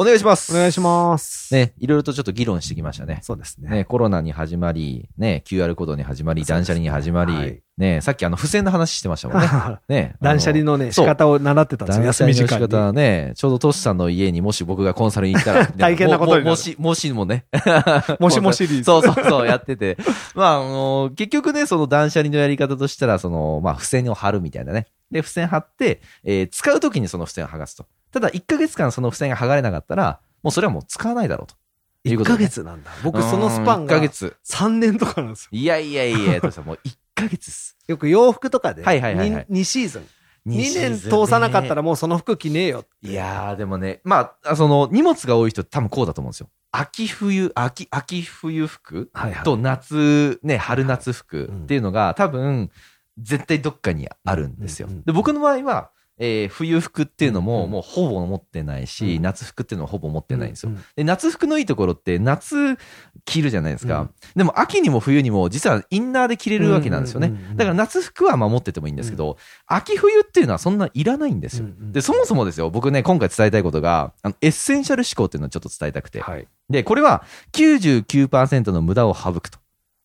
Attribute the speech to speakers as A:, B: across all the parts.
A: お願いします。
B: お願いします。
A: ね、いろいろとちょっと議論してきましたね。
B: そうですね。
A: ね、コロナに始まり、ね、QR コードに始まり、
B: そう
A: 断
B: ですね
A: 捨離に始まり、
B: はい
A: ね、さっきあの、付箋の話してましたもん ね。ね、
B: 断捨離のね、仕
A: そう
B: 方を習ってたんですよ、
A: 断
B: 休
A: 捨
B: み
A: 離
B: 時
A: の
B: 間
A: 仕
B: に。
A: 方はね、ちょうどトシさんの家にもし僕がコンサルに行ったら、ね
B: 大変なことになる
A: ももし、もしもね。
B: もしもシリーズ。
A: そうそう そう、やってて。まあ、あの、結局ね、その断捨離のやり方としたら、その、まあ、付箋を貼るみたいなね。で、付箋貼って、えー使うときにその付箋を剥がすと。ただ、1ヶ月間その付箋が剥がれなかったら、もうそれはもう使わないだろうと。いう
B: 1
A: こと
B: ヶ
A: でね
B: 月なんだ。僕、そのスパン
A: 1ヶ
B: が
A: 月。
B: 3年とかなんですよ。
A: いやいやいや、とさ、もう1ヶ月です。
B: よく洋服とかで、
A: はいはいはいはい
B: 2シーズン。2
A: シー
B: 年
A: ズン
B: 通さなかった
A: ね
B: らもうその服着ねえよって。
A: いやー、でもね、まあ、その、荷物が多い人多分こうだと思うんですよ。秋冬、秋、秋冬服
B: はいはい
A: と夏、ね、春夏服
B: うん
A: っていうのが多分、絶対どっかにあるんですよ
B: うんうんうん。
A: で、僕の場合は、えー冬服っていうのも
B: うん
A: もうほぼ持ってないし、
B: うん
A: 夏服っていうのもほぼ持ってないんですよ
B: う。う
A: で、夏服のいいところって、夏着るじゃないですか。
B: うん
A: でも秋にも冬にも実はインナーで着れるわけなんですよね。
B: うんうんうんうん
A: だから夏服はまあ持っててもいいんですけど、秋冬っていうのはそんないらないんですよ。
B: うんうん
A: で、そもそもですよ、僕ね、今回伝えたいことが、あの、エッセンシャル思考っていうのをちょっと伝えたくて。
B: はい。
A: で、これは99%の無駄を省くと。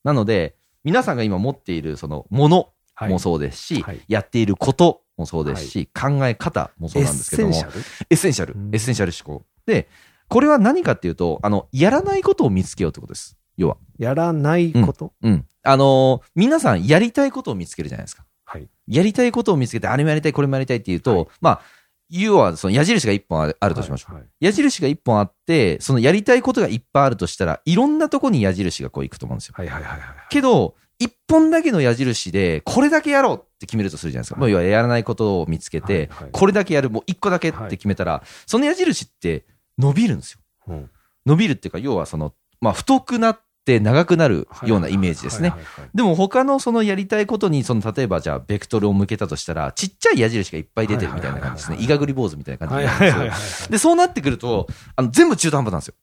A: なので、皆さんが今持っているそのもの
B: はい
A: もそうですし、
B: はい
A: やっていることもそうですし、考え方もそうなんですけども、
B: エッセンシャル
A: エッセンシャル
B: うん、
A: エッセンシャル思考。で、これは何かっていうと、あの、やらないことを見つけようってことです。要は。
B: やらないこと、
A: うん。あのー皆さんやりたいことを見つけるじゃないですか。
B: はい。
A: やりたいことを見つけて、あれもやりたい、これもやりたいっていうと、
B: はい
A: まあ、要はその矢印が一本あるあるとしましょう。
B: はいはい
A: 矢印が一本あって、そのやりたいことがいっぱいあるとしたら、いろんなとこに矢印がこういくと思うんですよ。
B: はいはいはいはい。
A: けど、一本だけの矢印で、これだけやろうって決めるとするじゃないですか。も
B: はい
A: う要はやらないことを見つけて、
B: はいはい
A: これだけやる、もう一個だけって決めたら、その矢印って伸びるんですよ。
B: うん
A: 伸びるっていうか、要はその、まあ、太くなって長くなるようなイメージですね
B: は。いはいはいはい
A: でも他のそのやりたいことに、その例えばじゃあベクトルを向けたとしたら、ちっちゃい矢印がいっぱい出てるみたいな感じですね。
B: はいはいはいはい
A: イガグリ坊主みたいな感じ
B: はい
A: で
B: はいはいはい。
A: で、そうなってくると、あの、全部中途半端なんですよ。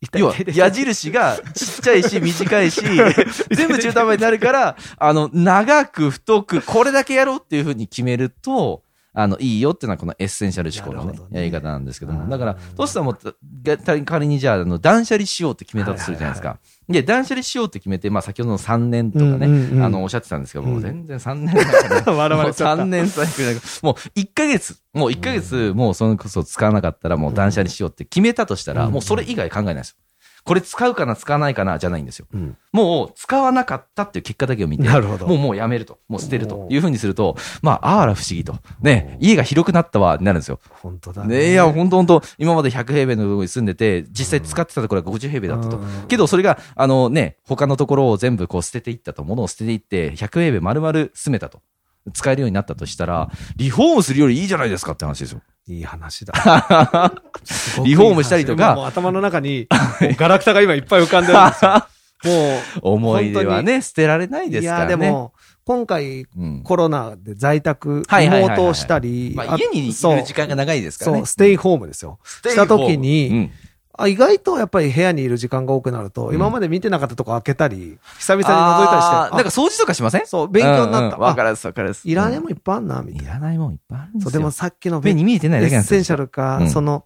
B: 痛い
A: 要は
B: 痛い、痛い
A: 矢印がちっちゃいし、短 いし、全部中途半端になるから、あの、長く太く、これだけやろうっていうふうに決めると、あの、いいよっていうのはこのエッセンシャル思考の
B: な
A: ね
B: るほ、ど
A: や
B: ね
A: り方なんですけど
B: あ
A: も。
B: ー
A: だから、トシさんも、が仮にじゃあ、あの、断捨離しようって決めたとするじゃないですか。で、断捨離しようって決めて、まあ、先ほどの3年とかね、
B: うんうんうん、
A: あの、おっしゃってたんですけど、もううん全然3年なんかね
B: 笑われちゃった
A: もう3年最悪なんかもう1ヶ月、もう1ヶ月、もうそれこそ使わなかったら、もう断捨離しようって決めたとしたら、
B: うん
A: もうそれ以外考えないですよ。これ使うかな、使わないかな、じゃないんですよ。
B: うん
A: もう使わなかったっていう結果だけを見て、
B: なるほど
A: もうもうやめると、もう捨てると
B: おー
A: いうふうにすると、まあ、あーら不思議と、ね、家が広くなったわ、になるんですよ。
B: 本当だ
A: ね、いや、ほんとほんと、今まで100平米のところに住んでて、実際使ってたところが50平米だったと
B: うん。
A: けど、それが、あのね、他のところを全部こう捨てていったと、物を捨てていって、100平米丸々住めたと。使えるようになったとしたら、リフォームするよりいいじゃないですかって話ですよ。
B: いい話だ。
A: ご くいい話リフォームしたりとか
B: 今もう頭の中に、もうガラクタが今いっぱい浮かんでるん ですよ。も、
A: 思い出はね、捨てられないうで
B: い
A: すからね。
B: や、でも、今回、
A: うん
B: コロナで在宅、
A: はい
B: リ
A: はいはいは
B: モ
A: い
B: ートをしたり、
A: ま
B: あ
A: あ、家にいる
B: そう
A: 時間が長いですから
B: そ
A: ね
B: う、。ステイホームですよ。
A: テイ
B: した
A: ホーム
B: 時に、
A: うん
B: あ、意外とやっぱり部屋にいる時間が多くなると、
A: うん
B: 今まで見てなかったとこ開けたり、久々に覗いたりして
A: あ、ーなんか掃除とかしません
B: そう勉強にな
A: う
B: った
A: んうんわかるです、わかるです。
B: あいらね
A: う
B: もいっぱいあんな、みた
A: ん
B: い
A: い
B: な。
A: らないもんいっぱいあるんですよ。
B: そう、でもさっきの
A: 目に見えてない
B: エ
A: だけな
B: ッ
A: んです
B: セ
A: よ
B: ンシャルか、
A: うん
B: その、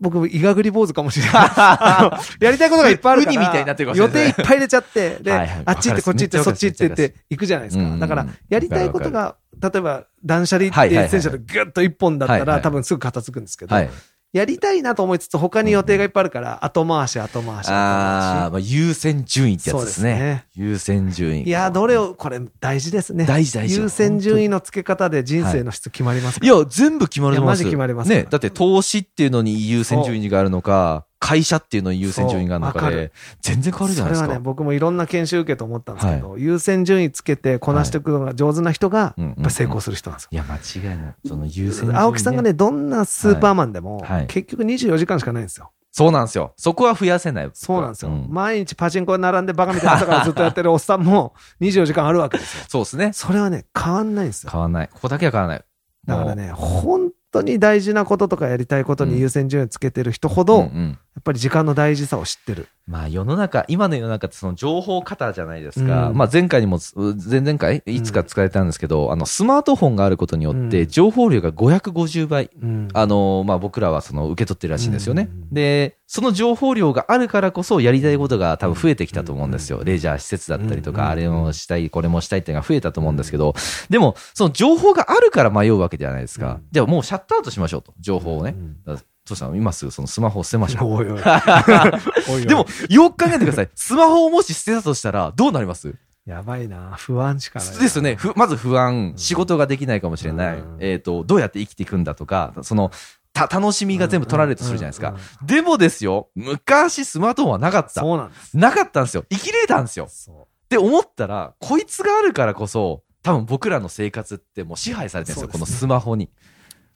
B: 僕、いがぐり坊主かもしれない。やりたいことがいっぱいあるから。
A: ウニみたいになってるかもしれ
B: 予
A: ない
B: 定いっぱい入れちゃって、で、
A: はいはい
B: あっち行ってこっち行って
A: わか
B: そ
A: る
B: っち行ってっ
A: めっちゃわか
B: て行くじゃないです
A: うんうんう
B: か。
A: ん
B: だから、やりたいことが、例えば断捨離
A: はいは
B: って
A: い
B: エ
A: はい
B: ッセンシャルぐっと一本だった
A: はいは
B: ら
A: い
B: 多分すぐ片付くんですけど
A: は、い。
B: やりたいなと思いつつ他に予定がいっぱいあるから、後回し後回し後
A: ああ、
B: 回
A: まあ、優先順位ってやつですね。
B: そうですね
A: 優先順位。
B: し。いや、どれを、これ大事ですね。
A: 大事大事
B: 優先順位の付け方で人生の質決まりますか
A: い
B: ら。
A: や、全部決まると思います。
B: いやマジ決まりますから
A: ね。だって投資っていうのに優先順位があるのか、会社っていうのに優先順位があるの
B: そう
A: か
B: わか
A: で
B: る、
A: 全然変わるじゃないです
B: それ
A: か。
B: はね、僕もいろんな研修受けと思ったんですけど、優先順位つけてこなしていくのが上手な人が、
A: うんうんうん
B: やっぱ成功する人なんですよ。
A: いや、間違いない。その優先順位、
B: 青木さんが、ね、どんなスーパーマンでも、
A: はい
B: 結局24時間しかないんですよ。
A: そうなんですよ。そこは増やせない。
B: そうなんですよ。
A: ん
B: 毎日パチンコに並んでバカみたいな朝からずっとやってるおっさん も24時間あるわけですよ。
A: そうですね。
B: それはね、変わんないんですよ。
A: 買わない。ここだけは買わない。
B: だから
A: も
B: ね、本当に大事なこととかやりたいことに優先順位をつけてる人ほ
A: う、う
B: ど、
A: ん
B: や
A: うん
B: っぱり時間の大事さを知ってる。
A: まあ世の中、今の世の中ってその情報過多じゃないですか。
B: うん
A: まあ前回にも、う前々回いつか使えたんですけど、あのスマートフォンがあることによっ
B: う
A: て
B: ん
A: 情報量が550倍、
B: うん
A: あのまあ僕らはその受け取ってるらしいんですよね。
B: うん
A: で、その情報量があるからこそやりたいことが多分増えてきたと思うんですよ。レジャー施設だったりとか、
B: うん
A: あれもしたい、これもしたいっていうのが増えたと思うんですけど、でもその情報があるから迷うわけじゃないですか。
B: うん
A: じゃあもうシャットアウトしましょうと、情報をね。
B: うん
A: だからそうしたら今すぐそのスマホを捨てましょう。
B: おいおいおいおい
A: でも、よく考えてください。スマホをもし捨てたとしたら、どうなります
B: やばいな不安しかない
A: ですよね。ふまず不安
B: う、ん
A: 仕事ができないかもしれない。
B: うん
A: えっ、と、どうやって生きていくんだとか、その、た、楽しみが全部取られるとするじゃないです
B: うん
A: か
B: うんうん。
A: でもですよ、昔スマートフォンはなかった。
B: そうなんです
A: なかったんですよ。生きれたんですよ。っ
B: そ
A: て思ったら、こいつがあるからこそ、多分僕らの生活ってもう支配されてるんですよ。
B: そう
A: こ
B: ですね
A: のスマホに。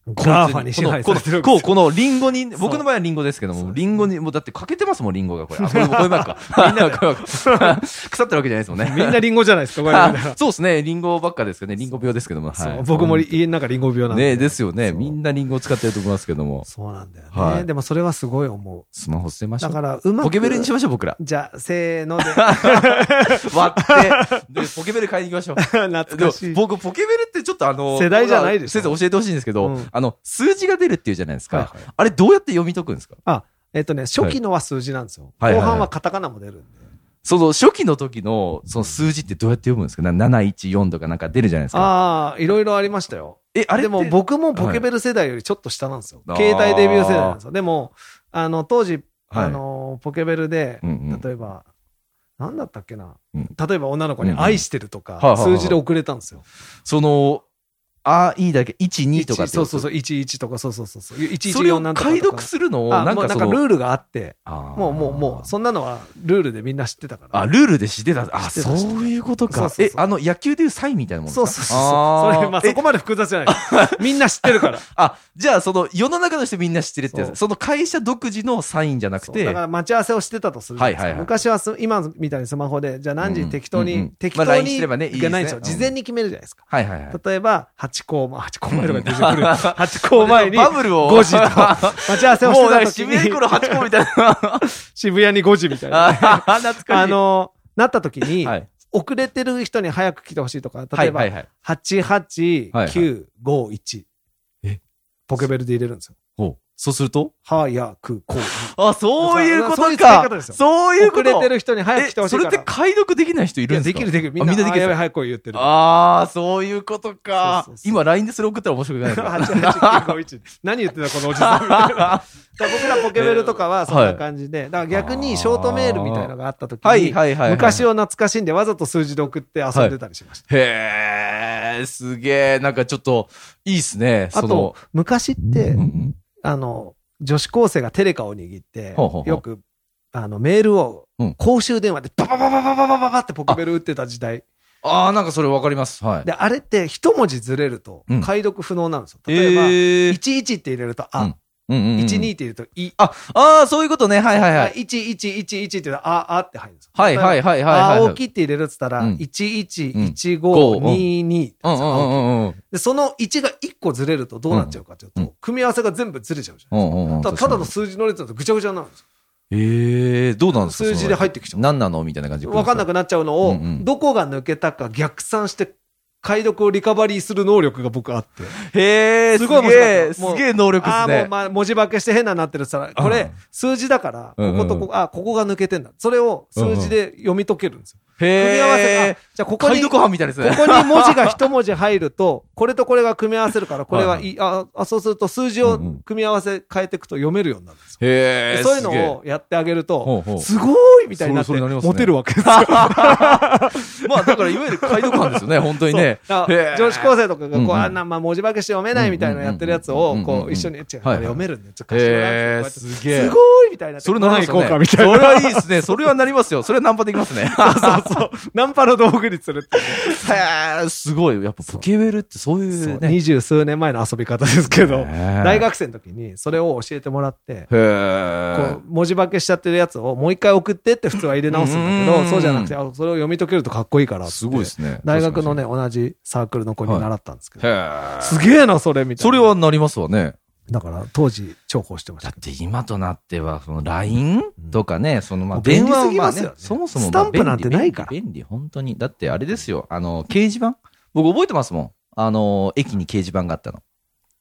B: う
A: こいつ
B: ガーファに支配されてる
A: この
B: わけ
A: このこのリンゴに、
B: そう
A: 僕の場合はリンゴですけど
B: そう
A: も、リンゴに、もうだって欠けてますもん、リンゴがこれ。あ、これ、これ ばっか。みんながこればっか腐ってるわけじゃないですもんね。
B: みんなリンゴじゃないですかこれみたいな
A: あそうですね、リンゴばっかですけどね、リンゴ病ですけども。
B: そ
A: は
B: う
A: い
B: 僕も家の中リンゴ病なん
A: ね
B: で
A: ですよね。
B: そう
A: みんなリンゴを使ってると思いますけども。
B: そうなんだよ
A: は
B: ね
A: い
B: でもそれはすごい思
A: スマホ捨てま
B: う
A: しょう。
B: だからうまく。
A: ポケベルにしましょう、僕ら
B: じゃあせーので
A: 割 って、で、ポケベル買いに行きましょう。
B: 懐
A: でも
B: かしい
A: 僕、ポケベルってちょっとあの、
B: 世代じゃないでしょ
A: 先生教えてほしいんですけど、
B: うん
A: あの、数字が出るっていうじゃないですか。
B: はいはい
A: あれ、どうやって読み解くんですか
B: えっとね初期のは数字なんですよ
A: はいはい
B: 後
A: はい
B: 半はカタカナも出るんで
A: その、初期の時の、その数字ってどうやって読むんですかな ?714 とかなんか出るじゃないですか。
B: ああいろいろありましたよ
A: え、あれ
B: で
A: で
B: も
A: も
B: 僕もポケベル世代よりちょっと下なんですよ。
A: はい
B: 携帯デビュー世代なんですよ。でも、あの、当時、
A: はい
B: あの、ポケベルで、
A: うんうん
B: 例えば、なんだったっけな、
A: うん
B: 例えば女の子に
A: うんうん
B: 愛してると
A: はいは
B: か、
A: いはい
B: 数字で送れたんですよ。
A: その、あ、いいだけ、1、2とかって。
B: そうそうそうう、11とか、そうそうそうそう、
A: それ
B: 114
A: を
B: なんとかとか。
A: 解読するのを、
B: あ
A: な
B: なんんか
A: か
B: な
A: そ
B: んか
A: の
B: ル、ールがあって、
A: あー
B: もうもうもう、そんなのはルールでみんな知ってたから。
A: あ、ルールで知ってた。あ、
B: 知ってた知ってた
A: そういうこと
B: そ
A: か
B: う。そう
A: え
B: そ、う
A: あの、野球でいうサインみたいなもんです
B: そう
A: か
B: そうそう
A: あ
B: そう。
A: ー
B: それ、まあ、そこまで複雑 じゃない。みんな知ってるから。
A: あ、じゃあ、その、世の中の人みんな知ってるってやつ
B: そう
A: その会社独自のサインじゃなく
B: そう
A: て、
B: だから待ち合わせをしてたとするじゃないですか
A: はいはいはい
B: 昔はす今みたいにスマホでじゃあ何時
A: うん
B: に適当に、
A: うんうん
B: 適当に、
A: まあ LINE してればねいいですね
B: がないでしょ
A: うん
B: 事前に決めるじゃないですか、
A: はいはいはい。
B: 例えば8校前8校前とか出てくる8校前に
A: バブルを。
B: 5時と 待ち合わせをし
A: も
B: て
A: うなん
B: た
A: か
B: 時
A: 締
B: に
A: める頃8個み たいな。
B: 渋谷に5時みたいな
A: あー懐かしい。
B: あのなった時 に、
A: はい、
B: 遅れてる人に早く来てほしいとか
A: は
B: 例え
A: い
B: ば
A: はいはい。
B: 88951
A: え
B: ポケベルで入れるんですよ
A: ほうそうすると
B: 早くこう
A: あ、そういうこ
B: そうい
A: と
B: う使い
A: か
B: 方。ですよ
A: そういうこ
B: 遅
A: と。
B: れてる人に早く来てほ
A: え、
B: しいか
A: そ
B: ら
A: れって解読できない人い
B: い
A: るん
B: や
A: です
B: で
A: か
B: きるできる。みん
A: あ
B: な、
A: みんなできる
B: あやばい早く来い言ってる。
A: ああ、そういうことか。
B: そうそうそう
A: 今、LINE でそれ送ったら面白くない から。
B: 8891何言ってたこのおじさんみたいなだから僕らポケベルとかはそんな感じで、だから逆にショートメールみたいのがあった時に、
A: はいはいはいはい。
B: 昔を懐かしんでわざと数字で送って遊んでたりしました、
A: へえ、すげえ、なんかちょっと、いいっすね。そ
B: あと
A: の、
B: 昔って、
A: うんうん
B: あの女子高生がテレカを握って
A: ほうほうほう
B: よくあのメールを
A: うん
B: 公衆電話でバババババババババってポケベル打ってた時代
A: ああ、なんかそれわかります。はい。
B: であれって一文字ずれると
A: うん
B: 解読不能なんですよ、例えば、
A: ええー。
B: 11って入れると「あ」
A: うんうんうんうん
B: 12って入れると「い」
A: あ、ああ、そういうことね。はいはいは。
B: はいい、1111って言うと、あ、あって入るんですよ。
A: はいはいはいはいはい。
B: あ、大きいって入れるっつったら、
A: うん
B: 111522
A: うんうんうんうん。
B: で、その1が1個ずれるとどうなっちゃうかってい
A: う
B: うと、組み合わせが全部ずれちゃうじゃ。
A: うんんうんうん。
B: ただただの数字の列だとぐちゃぐちゃになるんです
A: ええ、どうなん
B: よ。
A: ですか
B: 数字で入
A: っ
B: ってきちゃう。
A: 何なのみたいな感じで来る
B: わ
A: です。
B: かんなくなっちゃうの
A: う
B: を
A: んう、ん
B: どこが抜けたか逆算して、解読をリカバリーする能力が僕あって。
A: へえ、す
B: すごい面
A: げえ、
B: 白
A: す
B: かった
A: げえ能力っ
B: あ
A: す
B: あ、もう
A: ね。
B: まあ文字化けして変なになってるって言ったら、
A: う
B: こ
A: ん
B: れ数字だから、
A: うんうんう
B: ここ
A: ん
B: とここ、あ、ここが抜けてんだ。それを数字で読み解けるんですよ。組み合わせ
A: へ
B: あ
A: え。
B: じゃあここ
A: 解
B: に、こ
A: 読班みたいですね。
B: こに文字が一文字入ると、 これとこれが組み合わせるから、これはいい、ああ、そうすると数字を
A: うんうん
B: 組み合わせ変えていくと読めるようになるんですよ。
A: へ
B: で
A: え。
B: そういう
A: すげえ
B: のをやってあげる
A: ほう
B: と
A: ほう、
B: すごいみたいになって、
A: そうそうなり ますね
B: モテるわけですよ。
A: まあだからいわゆる解読感です よね、本当にね。
B: だか
A: へ
B: ら
A: ー
B: 女子高生とかが
A: うん
B: こ
A: うん
B: う、あんな、まあ、文字化けして読めないみたいなのやってるやつを
A: うんうん、うんうん
B: こう、一緒に、違う、
A: はい
B: 読めるんで、ちょっと貸してもらえ
A: へ
B: ま
A: ー
B: す
A: す
B: こう
A: げ
B: やって
A: え
B: す。ごいみたいな。
A: それなら
B: こうか、み
A: そ
B: た
A: れ
B: いな。
A: はいいですね。それはなりますよ。それはナンパできますね。
B: そうそう。ナンパの道具にするっていう。
A: へーすごい。やっぱポケベルってそういうね。
B: 二十数年前の遊び方ですけど、
A: ね
B: 大学生の時にそれを教えてもらって、
A: へ
B: こ
A: ー
B: う文字化けしちゃってるやつをもう一回送ってって普通は入れ直すんだけ
A: う
B: ど、
A: ん
B: そうじゃなくて、あそれを読み解けるとかっこいいからって。
A: すごいですね。
B: 大学のね、同じサークルの子に習ったんですけ
A: 確
B: ど、
A: かに。へー
B: すげえな、それみたいな。
A: それはなりますわね。
B: だから当時重宝してまし
A: だ
B: た
A: っ。て今となっては、その LINE とかね、そのまあ
B: もう
A: 電
B: 便利
A: 話
B: す
A: を
B: ぎ
A: まあ
B: ますよね
A: ね、そもそも
B: スタンプなんて
A: まあ
B: ないから
A: 便利、便利本当に。だってあれですよ、あの、掲示板僕覚えてますもん。あの、駅に掲示板があったの。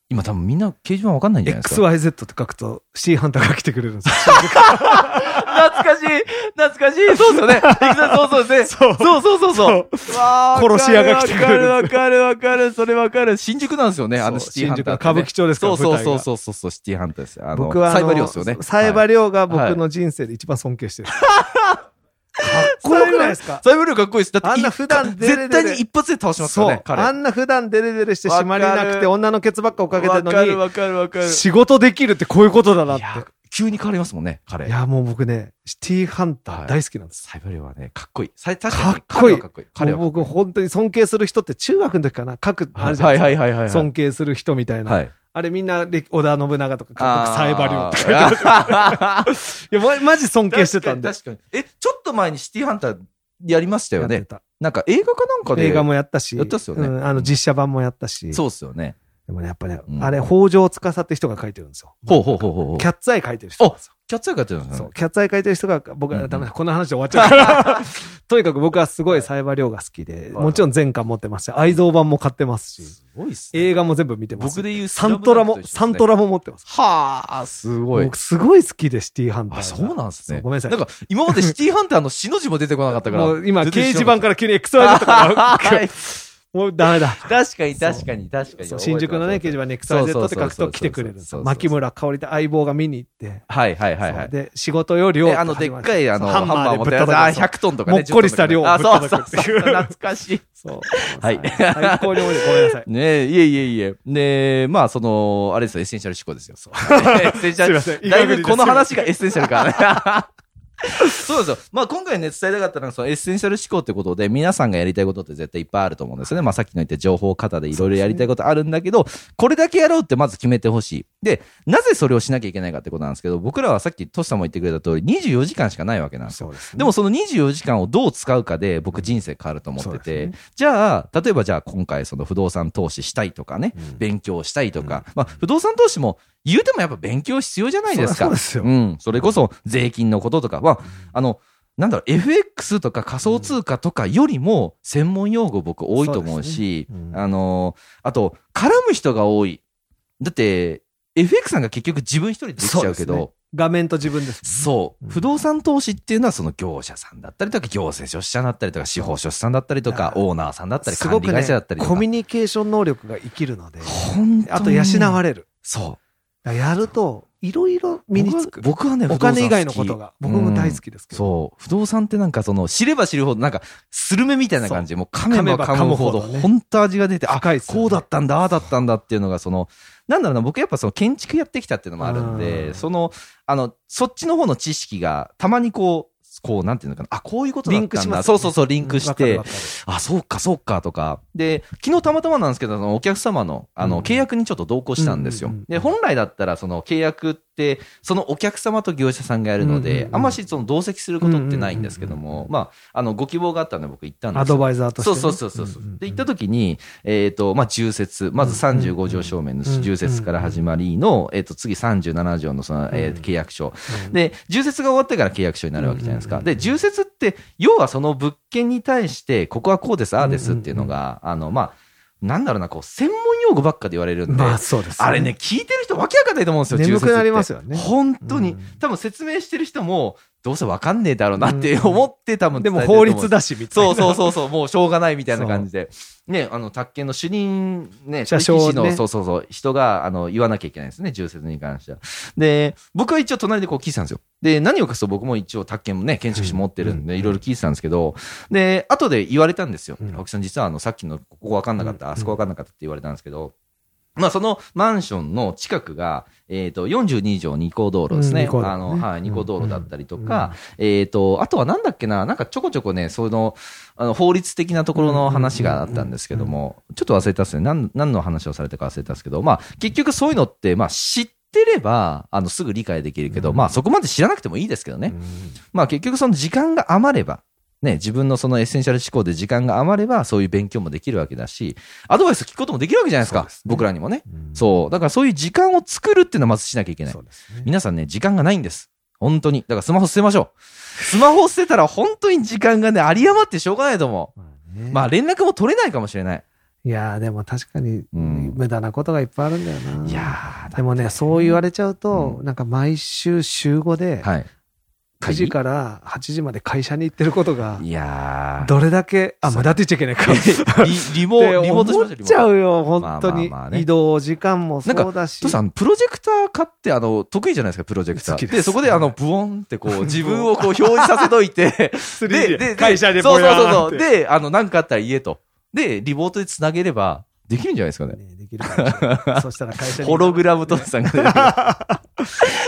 A: 今多分みんな掲示板わかんないんじゃないですか。
B: XYZ って書くと C ハンターが来てくれるん ですよ。
A: 懐かしい懐かしいそうですよね。 いくさんそうそうですね。そうそうそうそう。
B: 殺し屋が来てくれる
A: わかるわかるわかる、それわかる。新宿なんですよね、あのシティハンターってね、
B: 新宿歌舞伎町ですか
A: そ
B: ら
A: うそうそう
B: 舞台が
A: そうそうそう、シティハンターです。あの、
B: 僕はあの
A: サイバリオですよね。
B: サイ
A: は
B: バ
A: い
B: リオが僕の人生で一番尊敬 してる。かっこよくないですか
A: サイバリオかっこいいです。だってい、
B: あんな普段デレデレ
A: 絶対に一発で倒しますからね、彼。
B: あんな普段デレデレしてしまりな
A: わか
B: くて、
A: る
B: 女のケツばっか追っかけてる
A: わかる
B: の
A: わかるわかる。
B: に、仕事できるってこういうことだなっ
A: いや
B: て。
A: 急に変わりますもんね、彼。
B: いや、もう僕ね、シティハンター大好きなんです。
A: サイバリオはね、かっこいい。さ確
B: かっこいい
A: かっこいい。彼は
B: もう僕本当に尊敬する人って中学の時かな書く、あ
A: は
B: る
A: い
B: じゃな
A: はいい
B: ですか
A: はいはいはい。
B: 尊敬する人みたいな。
A: はい。
B: あれみんなで、織田信長とか、僕サイバリオとか。
A: あー
B: いや、まマジ尊敬してたんで。
A: 確かに。確かにえ、ちょっと前にシティハンターやりました
B: や
A: よ
B: って
A: ね。
B: た
A: なんか映画かなんかで。
B: 映画もやったし。
A: やったっすよね
B: うんあの、実写版もやったし。
A: そうっすよね。
B: でもね、やっぱね
A: う、ん
B: あれ、北条司って人が書いてるんですよ。
A: ほうほうほうほうほう。
B: キャッツアイ書いてる人。
A: あキャッツアイがやってたんです
B: そう
A: ね。
B: キャッツアイ描いてる人が、僕
A: うんう
B: は
A: ん
B: ダメだ、この話で終わっちゃ うから。とにかく僕はすごいサイバー量が好きで、もちろん全巻持ってますし、愛蔵版も買ってますし、
A: すごいっすね。
B: 映画も全部見てます。
A: 僕で言う
B: サントラも、サント
A: ラ。
B: ラも持ってます。
A: はあ、すごい
B: 僕。すごい好きで、シティハンターが。
A: あ、そうなんです
B: そ
A: ね。
B: うごめんなさい
A: なんか、今までシティハンターの死の字も出てこなかったから。
B: もう今、掲
A: 全然知
B: 示
A: ら
B: 板
A: なか
B: から急に XYZ と
A: った。は
B: か、
A: い
B: もうダメだ。
A: 確かに、確かに、確かに
B: そう。新宿のね、掲示板に XYZ って書くと来てくれるんですよ。牧村香織と相棒が見に行って、
A: はいはいはいは
B: そう
A: い。
B: で、仕事よりを。
A: で、あの、でっかい、あの、
B: ハンマーで
A: 持
B: ぶ
A: って
B: っ
A: や
B: 叩
A: つ、
B: く
A: あ
B: や
A: ー、
B: つ。
A: 100トンとかね。
B: もっこりした量をぶ
A: あ、
B: っ
A: そう
B: 叩
A: そう
B: くって
A: そう。
B: いう
A: 懐かしい。
B: そう。
A: はい
B: 最高に多い。ごめんなさい。
A: ねえ、いえいえいえ。ねえ、まあ、その、あれですよ、エッセンシャル思考ですよ。 エッセンシャ
B: すい
A: ル
B: ません。
A: だいぶこの話がエッセンシャルからね。 そうですよ。まあ今回ね、伝えたかったのは、そのエッセンシャル思考ってことで、皆さんがやりたいことって絶対いっぱいあると思うんですよね。まあさっきの言った情報型でいろいろやりたいことあるんだけど、これだけやろうってまず決めてほしい。で、なぜそれをしなきゃいけないかってことなんですけど、僕らはさっきトシさんも言ってくれた通り、24時間しかないわけなんですよ
B: そうですね
A: で もその24時間をどう使うかで僕人生変わると思って
B: そう
A: て、
B: です
A: じゃあ、例えばじゃあ今回その不動産投資したいとかね、
B: うん
A: 勉強したいとか、まあ不動産投資も言うてもやっぱ勉強必要じゃないですか。
B: そうですよ
A: ん。それこそ税金のこととかは、あの、なんだろう、FX とか仮想通貨とかよりも専門用語僕多いと思うし、
B: そうですねうん
A: あの、あと、絡む人が多い。だって、FX なんか結局自分一人でできちゃうけど、
B: そうですね画面と自分です。
A: そう、
B: うん
A: 不動産投資っていうのはその業者さんだったりとか行政書士さんだったりとか司法書士さんだったりとか
B: うん
A: オーナーさんだったり
B: す
A: 管
B: ご
A: 理
B: くね
A: 会社だった、りとか
B: コミュニケーション能力が生きるので、
A: 本当
B: あと養わ
A: れ
B: れる。
A: そう
B: だからやると、いろいろ身につく。
A: 僕は僕はね
B: お金以外のことが。
A: 不動産
B: 僕
A: 好き
B: も大好きですけど。
A: そう不動産ってなんかその知れば知るほどなんかスルメみたいな感じもう噛めば噛
B: 噛
A: む
B: めば
A: ほど
B: 噛むほどね
A: 本当味が出てあ
B: 深いっすよね
A: こうだったんだああだったんだっていうのがそのなんだろうな僕やっぱその建築やってきたっていうのもあるん
B: う
A: で
B: ん
A: そのあのそっちの方の知識がたまにこうこうなんていうのかなあこういうことだったんだ
B: リンクしますよ
A: そう
B: ね
A: そうそうリンクし
B: うん
A: て
B: わかるわかる
A: あ、そうか、そうか、とか。で、昨日たまたまなんですけど、あのお客様の、あ
B: う
A: の、
B: ん
A: 契約にちょっと同行したんですよ
B: うんうんうん。
A: で、本来だったら、その契約って、そのお客様と業者さんがやるの
B: うんうん
A: で
B: う、ん
A: あんましその同席することってないんですけども、まあ、あの、ご希望があったんで僕行ったんですよ
B: アドバイザーとして
A: そう
B: ね。
A: そうそうそう。
B: んんん
A: で、行った時に、えっ、と、まあ、重説、まず35条正面の重説から始まりの、えっ、と、次37条のその、えー
B: うん
A: 契約書。
B: うん
A: で、重説が終わってから契約書になるわけじゃないですか。
B: うん
A: で、重説って、要はその物件に対して、ここはこうです、ああですっていうのが、あの、まあ、なんだろうな、こう、専門用語ばっかで言われるんで、
B: まあそうです。
A: あれね、聞いてる人わけわかんないと思うんですよ、
B: 眠
A: 重説っ
B: く
A: て
B: なりますよね
A: 本当に、
B: うん
A: 多分説明してる人も、どうせわかんねえだろうなって思って多分
B: で
A: 伝えてる
B: も
A: と思
B: 法
A: う
B: 律だし、みたい
A: そ
B: な。
A: うそうそうそう、もうしょうがないみたいな感じで。ね、あの、宅建の主任、ね、
B: 車掌ね
A: 取引士の、そうそうそう、人が、あの、言わなきゃいけないですね、重説に関しては。で、僕は一応隣でこう聞いてたんですよ。で、何を隠すと僕も一応宅建もね、建築士持ってるんで、
B: うん
A: いろいろ聞いてたんですけど、で、後で言われたんですよ
B: う。ん
A: 青木さん、実はあの、さっきのここわかんなかった、
B: うん
A: あそこわかんなかったって言われたんですけど、まあ、そのマンションの近くが、えっ、と、42条二項道路です
B: うん
A: ね
B: 二。項道路
A: あの、
B: ね
A: はい、二項道路だったりと
B: うんうん
A: か、えっ、と、あとはなんだっけな、なんかちょこちょこね、その、あの法律的なところの話があったんですけども、ちょっと忘れたっすね。なん何の話をされたか忘れたんですけど、まあ、結局そういうのって、まあ、知ってれば、あの、すぐ理解できるけど、
B: うん
A: まあ、そこまで知らなくてもいいですけどね。まあ、結局その時間が余れば、ね、自分のそのエッセンシャル思考で時間が余れば、そういう勉強もできるわけだし、アドバイス聞くこともできるわけじゃないですか。
B: そうですね
A: 僕らにもね。
B: うん
A: そう。だからそういう時間を作るっていうのはまずしなきゃいけない。
B: そうですね。
A: 皆さんね、時間がないんです。本当に。だからスマホ捨てましょう。スマホを捨てたら本当に時間がね、有り余ってしょうがないと思
B: ま
A: う。
B: ね
A: まあ連絡も取れないかもしれない。
B: いやーでも確かに
A: うん
B: 無駄なことがいっぱいあるんだよな。
A: いやー、
B: でもね、そう言われちゃうと、
A: う
B: なんか毎週週5で、
A: はい。
B: 9時から8時まで会社に行ってることが、
A: いやー。
B: どれだけ、あ、無駄って言っちゃいけないか。
A: リリモ
B: って
A: リモ
B: 思
A: ートしましょう、
B: っ
A: リモ
B: ちゃ
A: ート。
B: うよ、本当に
A: まあまあまあ。ね
B: 移動時間もそうだし
A: 父。さん、プロジェクター買って、あの、得意じゃないですか、プロジェクタ
B: 好
A: ー。
B: き
A: で
B: です
A: そこで、あの、ブオンってこ う、自分をこう、表示させといて、で、で、
B: 会社で
A: そうそうそう
B: ぼやー
A: そ
B: っ
A: う。
B: て
A: で、あの、なんかあったら言えと。で、リモートで繋げれば、できるんじゃないですかね。
B: ねできるかもしれ ないそしたら会社に。
A: ホログラムトさんが出てくる。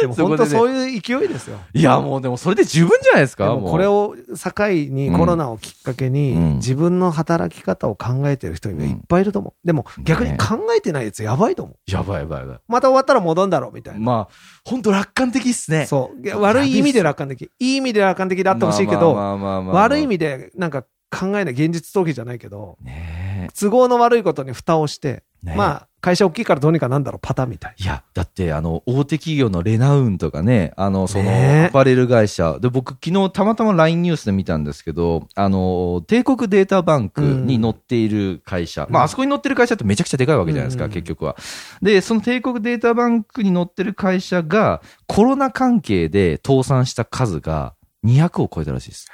B: でも本当そういう勢いですよ。
A: いや、もうでもそれで十分じゃないです
B: で
A: か、
B: も
A: もう。
B: これを境に
A: うん
B: コロナをきっかけに
A: うん
B: 自分の働き方を考えてる人がいっぱいいると思う。でも逆に
A: ね
B: 考えてないやつやばいと思う。
A: やばいやばいやば
B: また終わったら戻んだろうみたい
A: い。
B: な。
A: まあ、本当楽観的っすね。
B: そう。いや悪い意味で楽観的。いい意味で楽観的であってほしいけど、
A: まあまあまあまあまあ
B: 悪い意。味でなんか考えない現実逃避じゃないけど、
A: ね
B: 都合の悪いことに蓋をして、
A: え。ねえ
B: まあ会社大きいからどうにかなんだろうパターンみたい。
A: いや、だって、あの、大手企業のレナウンとかね、あの、そ
B: ね
A: の、
B: え
A: アパレル会社。で、僕、昨日たまたま LINE ニュースで見たんですけど、あの、帝国データバンクに載っている会社。
B: うん
A: まあ、あそこに載ってる会社ってめちゃくちゃでかいわけじゃないですか、
B: うん
A: 結局は。で、その帝国データバンクに載ってる会社が、コロナ関係で倒産した数が200を超えたらしいです。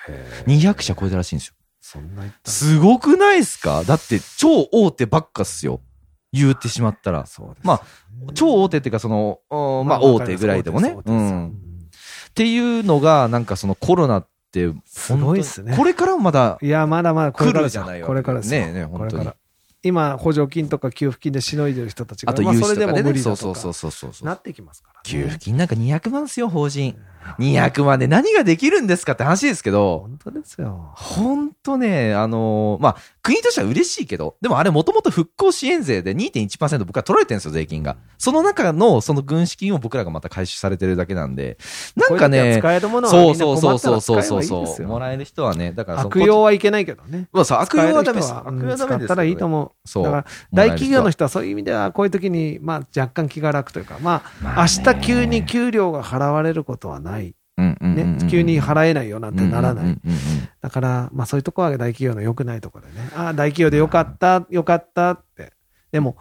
A: 200社超えたらしいんですよ。
B: そんな言った
A: すごくないですかだって、超大手ばっかっすよ。言うてしまったら。
B: そうですね。
A: まあ超大手っていうか、その、うんまあ、大手ぐらいでもね
B: わ。か
A: う
B: ります大
A: ん。っ
B: 手です
A: ていうのが、なんかそのコロナって、
B: すごいっすね
A: 本当にこれからもまだ、
B: いや、まだまだこれ
A: 来
B: から
A: る
B: です
A: じ
B: よ
A: ゃないわけ
B: これからですよ
A: ねえねえ本当に
B: これから今、補助金とか給付金でしのいでる人たちが、
A: あと
B: ま
A: 融
B: そ
A: 資
B: れ
A: と
B: で
A: か
B: も
A: で
B: 無
A: ね。
B: 理
A: そう
B: だ
A: そ
B: と
A: うそう
B: か
A: そうそうそう
B: な。ってきますから、ね。
A: 給付金なんか200万ですよ、法人。200万で何ができるんですかって話ですけど、
B: 本当ですよ。
A: ほんとね、あのーまあ、国としては嬉しいけど、でもあれもともと復興支援税で2.1%僕は取られてるんですよ、税金が。その中のその軍資金を僕らがまた回収されてるだけなんで、なんかね、
B: こういう時は使えるものは
A: そ
B: み
A: うん
B: な
A: そう
B: 困
A: そう
B: った
A: そう
B: ら使え
A: そう
B: ば
A: そう
B: いいですよ。
A: もらえる人はね、だからその
B: 悪用はいけないけどね。
A: まあそう悪用はダメです。
B: 使える人は
A: 悪用はダメですけどね。
B: 使ったらいいと思う。
A: そ
B: だ
A: う。
B: から、大企業の
A: もらえる
B: 人はそういう意味では、こういう時に、まあ、若干気が楽というか、まあ、
A: 人は、
B: 明日急に給料が払われることはない。
A: うんうんうんうん、
B: ね。急に払えないよなんてなら
A: うんう
B: ない
A: ん。うんうん
B: だから、まあそういうとこは大企業の良くないところでね。ああ、大企業で良かった、良かったって。でも、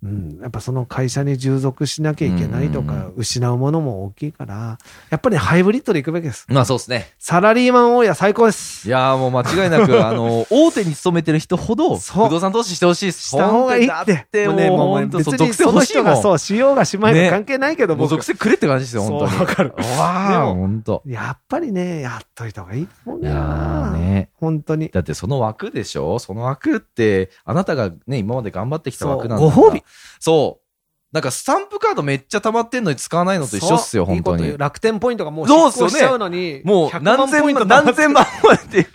B: うん、やっぱその会社に従属しなきゃいけないと
A: うんうん
B: か、失うものも大きいから、やっぱりハイブリッドで行くべきです。
A: まあそうですね。
B: サラリーマン大家最高で
A: い
B: す。
A: やーもう間違いな く、あの、大手に勤めてる人ほど、不
B: そう
A: 動産投資してほしいです。
B: した方がいいっ
A: 本当にだ
B: て。
A: って、もう
B: ね
A: 本当
B: 別
A: そう、
B: に
A: 属性
B: その
A: 欲しい
B: 人
A: も
B: が
A: ん。
B: そう、しようがしまい
A: ね
B: が関係ないけど、
A: もう
B: 僕
A: 属性くれって感じですよ、
B: そう
A: 本当に。
B: わかる。
A: わあ、
B: でも
A: 本当。
B: やっぱりね、やっといた方がいいと思う
A: い
B: んだ
A: や
B: よ
A: ー
B: な。
A: ね。
B: 本当に。
A: だってその枠でしょその枠って、あなたがね、今まで頑張ってきた枠なん
B: そ
A: だ
B: う
A: から
B: ご褒美。
A: そう。なんかスタンプカードめっちゃ溜まってんのに使わないのと一緒っすよ、
B: そう
A: 本当
B: いいこと
A: に
B: 言う。楽天ポイントがもう
A: そうっ
B: 失
A: すよね
B: 効しちゃうのに、
A: もう
B: 100
A: 何千
B: ポイント
A: 万、
B: 貯まっ
A: 何千万まで。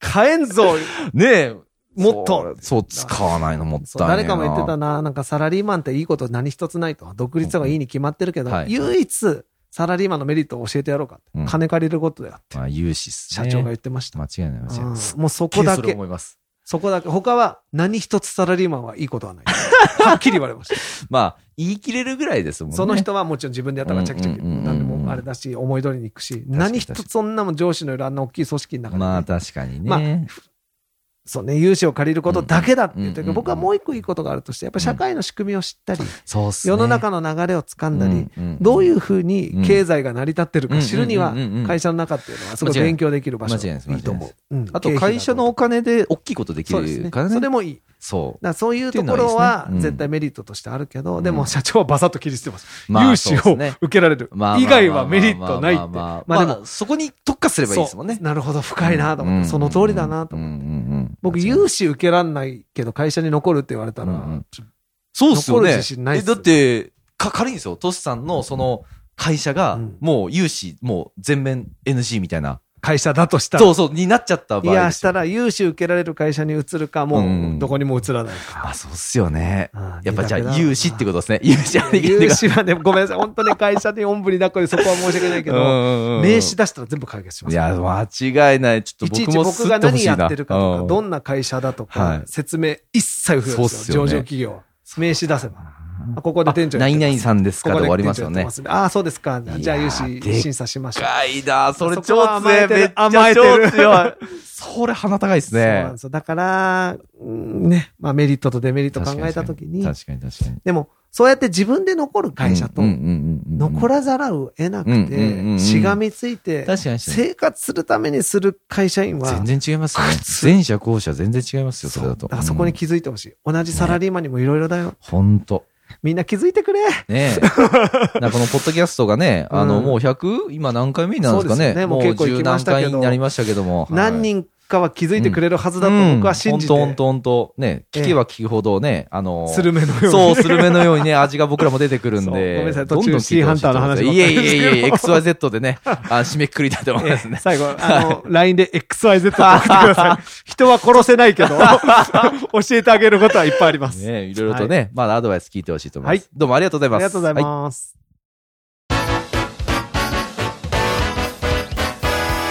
B: 買えんぞ
A: ねえ。
B: もっと
A: そう、そう使わないのもった
B: そう
A: いない。
B: 誰かも言ってた。な、なんかサラリーマンっていいこと何一つないと。独立とかいいに決まってるけど、
A: うんはい
B: 唯一サラリーマンのメリットを教えてやろうかって。
A: うん
B: 金借りることだよって、
A: まあ、融資っす
B: 社
A: ね。
B: 長が言ってました。
A: 間違いない、間違いない。
B: うんもうそこだ
A: それ
B: け、
A: 思います。
B: そこだけ。他は何一つサラリーマンはいいこと はない。はっきり言われました。
A: まあ、言い切れるぐらいですもんね。
B: その人はもちろん自分でやったからチャキチャキ。
A: うんうんうんうん
B: 何でもあれだし、思い通りに行くし、
A: かに
B: 何一つそんなもん上司のいるあんな大きい組織の中でね、
A: まあ、確かにね。
B: まあそうね、融資を借りることだけだって言ってるけど、
A: うん
B: 僕はもう一個いいことがあるとして、やっぱり社会の仕組みを知ったり、
A: そうっすね。
B: 世の中の流れをつかんだり、
A: うんうん
B: どういうふうに経済が成り立ってるか知るには
A: うんうんうんうん、
B: 会社の中っていうのはすごい
A: 間違いない
B: 勉強できる場所
A: 間違いないです
B: いいと思う。うん
A: あと会社のお金で大きいことでき
B: 経費
A: る
B: だと
A: か
B: そう
A: らね。
B: ですね。それもいい。
A: そう。
B: だからそういうとこ
A: って
B: ろは
A: いうのはいいですねうん
B: 絶対メリットとしてあるけど、
A: ん
B: でも社長はバサッと切り捨てます。
A: まあ
B: 融資
A: そう
B: を
A: ですね
B: 受けられる
A: まあ。
B: 以外はメリットないって。
A: ま
B: ま
A: あ
B: あ
A: で
B: で
A: も
B: も、
A: そこに特化すればいいですもんね
B: そう。なるほど、深いなと思って、その通りだなと思って。
A: 思
B: 僕、融資受けらんないけど会社に残るって言われたら、
A: うんうん
B: ちょ
A: そうっすよ
B: 残る
A: ね
B: 自。信ないっ
A: え
B: すよ
A: だって、か、軽いんですよ。トシさんのその会社が
B: うん、
A: もう融資、もう全面 NG みたいな。
B: 会社だとしたら。
A: そうそう、になっちゃった
B: い
A: 場合
B: や、
A: で
B: し
A: す。
B: たら融資受けられる会社に移るか、
A: うんう
B: も
A: ん
B: うどこにも移らないか。
A: まあそうっすよね
B: うん。
A: やっぱじゃ
B: 二択だ
A: あ
B: な
A: 融資ってことですね。 融資ありきって
B: 融資はね、ごめんなさい、本当に会社におんぶに抱っこでそこは申し訳ないけど、名
A: 名
B: 刺出したら全部解決しま
A: い
B: す。
A: や、間違いない。ちょっ
B: い
A: と
B: ちい
A: 僕
B: ち
A: も
B: 僕が何やってるかとか、ど
A: ん
B: んな会社だと
A: は
B: か
A: い、
B: 説明一切不要で
A: そ
B: す
A: うっすよ
B: よ、上
A: ね
B: 場企業は。名刺出せば。あここで店長や
A: ナ
B: っ
A: イ
B: て
A: ナ
B: ま
A: イ
B: す
A: さんですか
B: こ
A: で
B: こ
A: 終
B: で
A: わりま
B: 店
A: す
B: 長や
A: よ
B: って
A: ね
B: ます。ああ、そうですか。じゃあ
A: いや
B: 融
A: ー
B: 資審査しましょう。
A: かいだ、それ
B: そこ
A: 超
B: は甘
A: 強
B: え
A: い。
B: て
A: め
B: る
A: っちゃ超
B: 甘えてる
A: 強い。それ鼻高いです
B: そうなん
A: ね
B: で。すよだから、うんね、まあメリットとデメリット考えたときに、
A: 確かに確かに。
B: でも、そうやって自分で残る会社と、
A: ら
B: 残らざるを得な
A: うん
B: く
A: うんうんうん
B: て、しがみついて、
A: 確かに確かに
B: 生活するためにする会社員は、
A: 全然違いますね。前者後者全然違いますよ、それだと。
B: あそこに気づいてほしい。同じサラリーマンにもいろいろだよ。
A: ほんと。
B: みんな気づいてくれ。
A: ね え。なんかこのポッドキャストがね、あの、
B: うん
A: もう 100? 今何回目になるんですか
B: そうで
A: ね。
B: すねもう結構行
A: 十
B: きま
A: 何
B: したけど
A: 回になりましたけども。はい
B: 何人かは気づいてくれるはずだと僕は信じて、
A: うんほんとほんとほんと。ね、聞けば聞くほどね、あのー
B: スルメのように。
A: そう、スルメのようにね、味が僕らも出てくるんで。
B: そうごめんなさい
A: どど
B: 途
A: 聞い
B: 中
A: てほしいと思います
B: シーハンターの話ばっかり
A: いえいえいえいえ、
B: です
A: XYZ でね、あ締めくくりたいと思います ね。
B: 最後、あ の、LINE で XYZ って送ってください。人は殺せないけど、 教えてあげることはいっぱいあります。
A: ねいろいろとね、まだアドバイス聞いてほしいと思います。
B: はい
A: どうもありがとうございます。
B: ありがとうござい
A: は
B: ます。